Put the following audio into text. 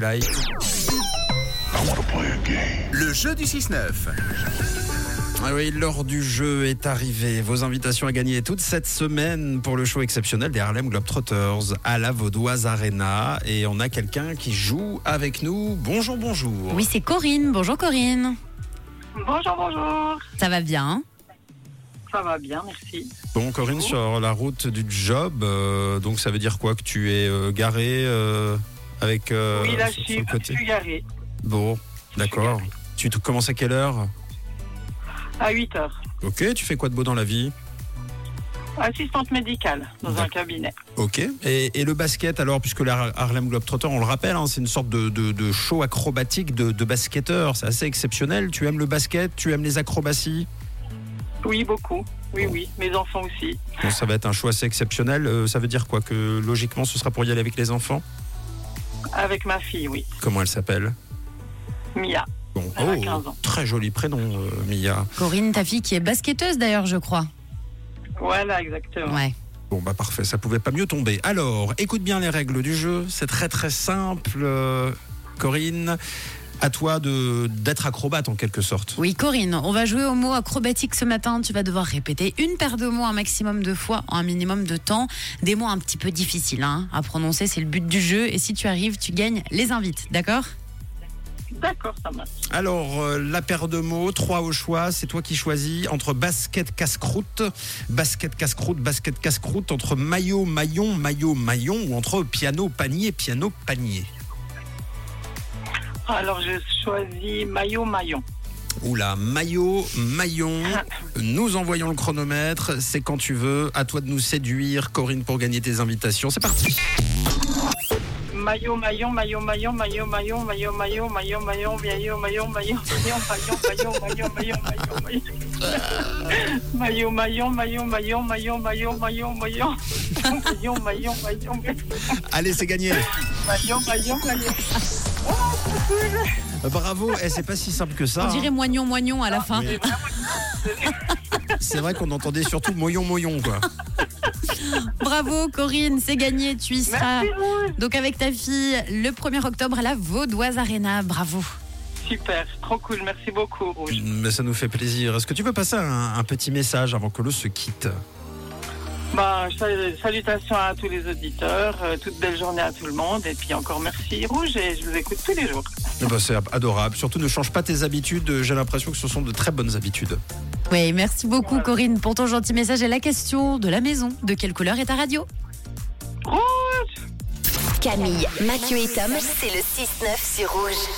Là, il- Le jeu du 6-9. Ah oui, l'heure du jeu est arrivée. Vos invitations à gagner toute cette semaine pour le show exceptionnel des Harlem Globetrotters à la Vaudoise Arena. Et on a quelqu'un qui joue avec nous. Bonjour, bonjour. Oui, c'est Corinne. Bonjour Corinne. Bonjour, bonjour. Ça va bien hein Ça va bien, merci. Bon, Corinne, sur la route du job, euh, donc ça veut dire quoi Que tu es euh, garé euh, avec euh, oui, là, je sur- suis, sur le je côté suis garée Bon, d'accord. Tu te- commences à quelle heure à 8 heures. Ok, tu fais quoi de beau dans la vie Assistante médicale dans un cabinet. Ok. Et, et le basket, alors, puisque la Harlem Globetrotter, on le rappelle, hein, c'est une sorte de, de- de show acrobatique de, de basketteurs. C'est assez exceptionnel. Tu aimes le basket, tu aimes les acrobaties. Oui, beaucoup. Oui, oui. Mes enfants aussi. Bon, ça va être un show assez exceptionnel. Euh, ça veut dire quoi Que logiquement, ce sera pour y aller avec les enfants Avec ma fille, oui. Comment elle s'appelle Mia. Bon, oh, Elle a 15 ans. très joli prénom, euh, Mia. Corinne, ta fille qui est basketteuse d'ailleurs, je crois. Voilà, exactement. Ouais. Bon, bah parfait, ça pouvait pas mieux tomber. Alors, écoute bien les règles du jeu, c'est très très simple, euh, Corinne. À toi de d'être acrobate en quelque sorte. Oui, Corinne, on va jouer au mot acrobatique ce matin. Tu vas devoir répéter une paire de mots un maximum de fois, en un minimum de temps. Des mots un petit peu difficiles hein, à prononcer, c'est le but du jeu. Et si tu arrives, tu gagnes les invites, d'accord D'accord, ça marche. Alors, euh, la paire de mots, trois au choix, c'est toi qui choisis entre basket casse-croûte, basket casse-croûte, basket casse-croûte, entre maillot, maillon, maillot, maillon, ou entre piano, panier, piano, panier. Alors, je choisis maillot, maillon. Oula, maillot, maillon, nous envoyons le chronomètre, c'est quand tu veux, à toi de nous séduire, Corinne, pour gagner tes invitations, c'est parti Maillot, maillon, maillot, maillon, maillot, maillon, maillot, maillot, maillot, maillon, maillot, maillot, maillot, maillot, maillot, maillot, maillot, maillot, maillot, maillot, maillot, maillot, maillot, maillot, maillot, maillot, maillot, maillot, maillot, maillot. Allez, c'est gagné Maillon, maillon, maillon. Bravo, et c'est pas si simple que ça. On dirait hein. moignon, moignon à la fin. Oui. hein. C'est vrai qu'on entendait surtout moyon, moyon, quoi. Bravo Corinne, c'est gagné. Tu y seras Merci, Rouge. donc avec ta fille le 1er octobre à la Vaudoise Arena. Bravo. Super, trop cool. Merci beaucoup, Rouge. Mais ça nous fait plaisir. Est-ce que tu veux passer un, un petit message avant que l'eau se quitte Bah, sal- salutations à tous les auditeurs. euh, toute belle journée à tout le monde. Et puis encore merci, Rouge. Et je vous écoute tous les jours. Eh ben, C'est adorable. Surtout, ne change pas tes habitudes. J'ai l'impression que ce sont de très bonnes habitudes. Oui, merci beaucoup Corinne pour ton gentil message et la question de la maison. De quelle couleur est ta radio Rouge Camille, Mathieu et Tom, c'est le 6-9 sur Rouge.